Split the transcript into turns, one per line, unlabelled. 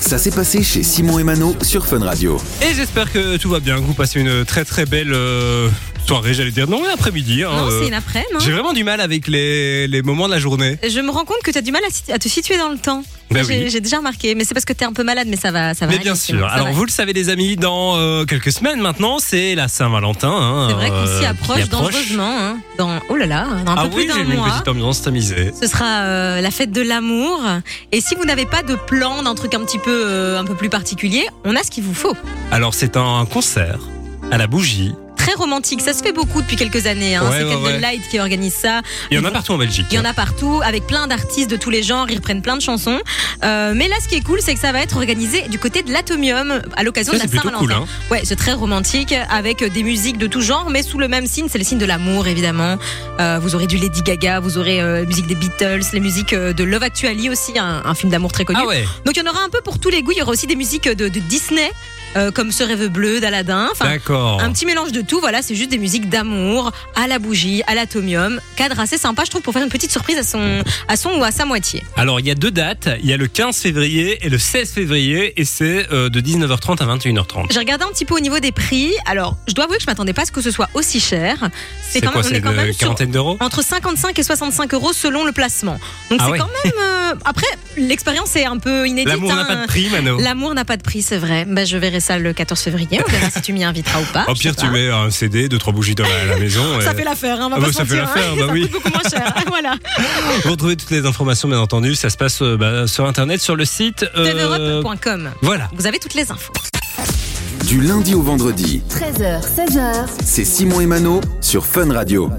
Ça s'est passé chez Simon et Mano sur Fun Radio.
Et j'espère que tout va bien, que vous passez une très très belle euh, soirée, j'allais dire. Non, après-midi. hein,
Non,
euh.
c'est une après-midi. hein.
J'ai vraiment du mal avec les, les moments de la journée.
Je me rends compte que tu as du mal à, si- à te situer dans le temps.
Bah
J'ai
oui.
j'ai déjà remarqué, mais c'est parce que tu es un peu malade, mais ça va. Ça va
Mais
aller,
bien
c'est
sûr.
bon, ça
Alors
va.
vous le savez les amis, dans euh, quelques semaines maintenant, c'est la Saint-Valentin. hein,
C'est vrai qu'on
euh,
s'y
qui
approche,
approche.
dangereusement. hein, dans, oh là là, dans un
Ah
peu
oui,
plus
j'ai
d'un
mis une
mois.
petite ambiance tamisée.
Ce sera euh, la fête de l'amour. Et si vous n'avez pas de plan d'un truc un petit peu, euh, un peu plus particulier, on a ce qu'il vous faut.
Alors c'est un concert à la bougie.
Très romantique, ça se fait beaucoup depuis quelques années. Hein.
Ouais,
c'est
ouais,
Candlelight qui organise ça.
Il y en a partout en Belgique.
Il y en a partout, avec plein d'artistes de tous les genres, ils reprennent plein de chansons. Euh, mais là, ce qui est cool, c'est que ça va être organisé du côté de l'Atomium à l'occasion
Ça,
de la
c'est plutôt
Saint-Valentin.
cool. hein.
Ouais, c'est très romantique, avec des musiques de tout genre, mais sous le même signe, c'est le signe de l'amour, évidemment. Euh, vous aurez du Lady Gaga, vous aurez euh, la musique des Beatles, les musiques euh, de Love Actually aussi, un, un film d'amour très connu.
Ah ouais.
Donc il y en aura un peu pour tous les goûts, il y aura aussi des musiques de, de Disney, euh, comme Ce rêve bleu d'Aladin. Enfin,
D'accord.
un petit mélange de tout, voilà, c'est juste des musiques d'amour, à la bougie, à l'atomium. Cadre assez sympa, je trouve, pour faire une petite surprise à son, à son ou à sa moitié.
Alors, il y a deux dates. Il y a le 15 février et le 16 février, et c'est euh, de 19h30 à 21h30.
J'ai regardé un petit peu au niveau des prix. Alors, je dois avouer que je m'attendais pas à ce que ce soit aussi cher.
C'est quoi
même, on
C'est
est quand
une
même sur
quarantaine d'euros
entre 55 et 65 euros selon le placement. Donc
Ah
c'est
ouais.
quand même. euh, Après, l'expérience est un peu inédite.
L'amour n'a
hein.
pas de prix, oh. Mano.
L'amour n'a pas de prix, c'est vrai. Ben, je verrai ça le 14 février. On verra si tu m'y inviteras ou pas.
Au
je
pire,
sais
tu
pas.
mets un CD, deux, trois bougies d'or à la maison.
Ça
et-
fait l'affaire, hein, on va
Ah
pas
bah,
se
ça fait
mentir, hein.
l'affaire, bah
Ça
oui.
coûte beaucoup moins cher. voilà.
Vous retrouvez toutes les informations, bien entendu. Ça se passe euh, bah, sur Internet, sur le site. euh,
TVEurope.com.
Voilà.
Vous avez toutes les infos.
Du lundi au vendredi,
13h, 16h,
c'est Simon et Mano sur Fun Radio.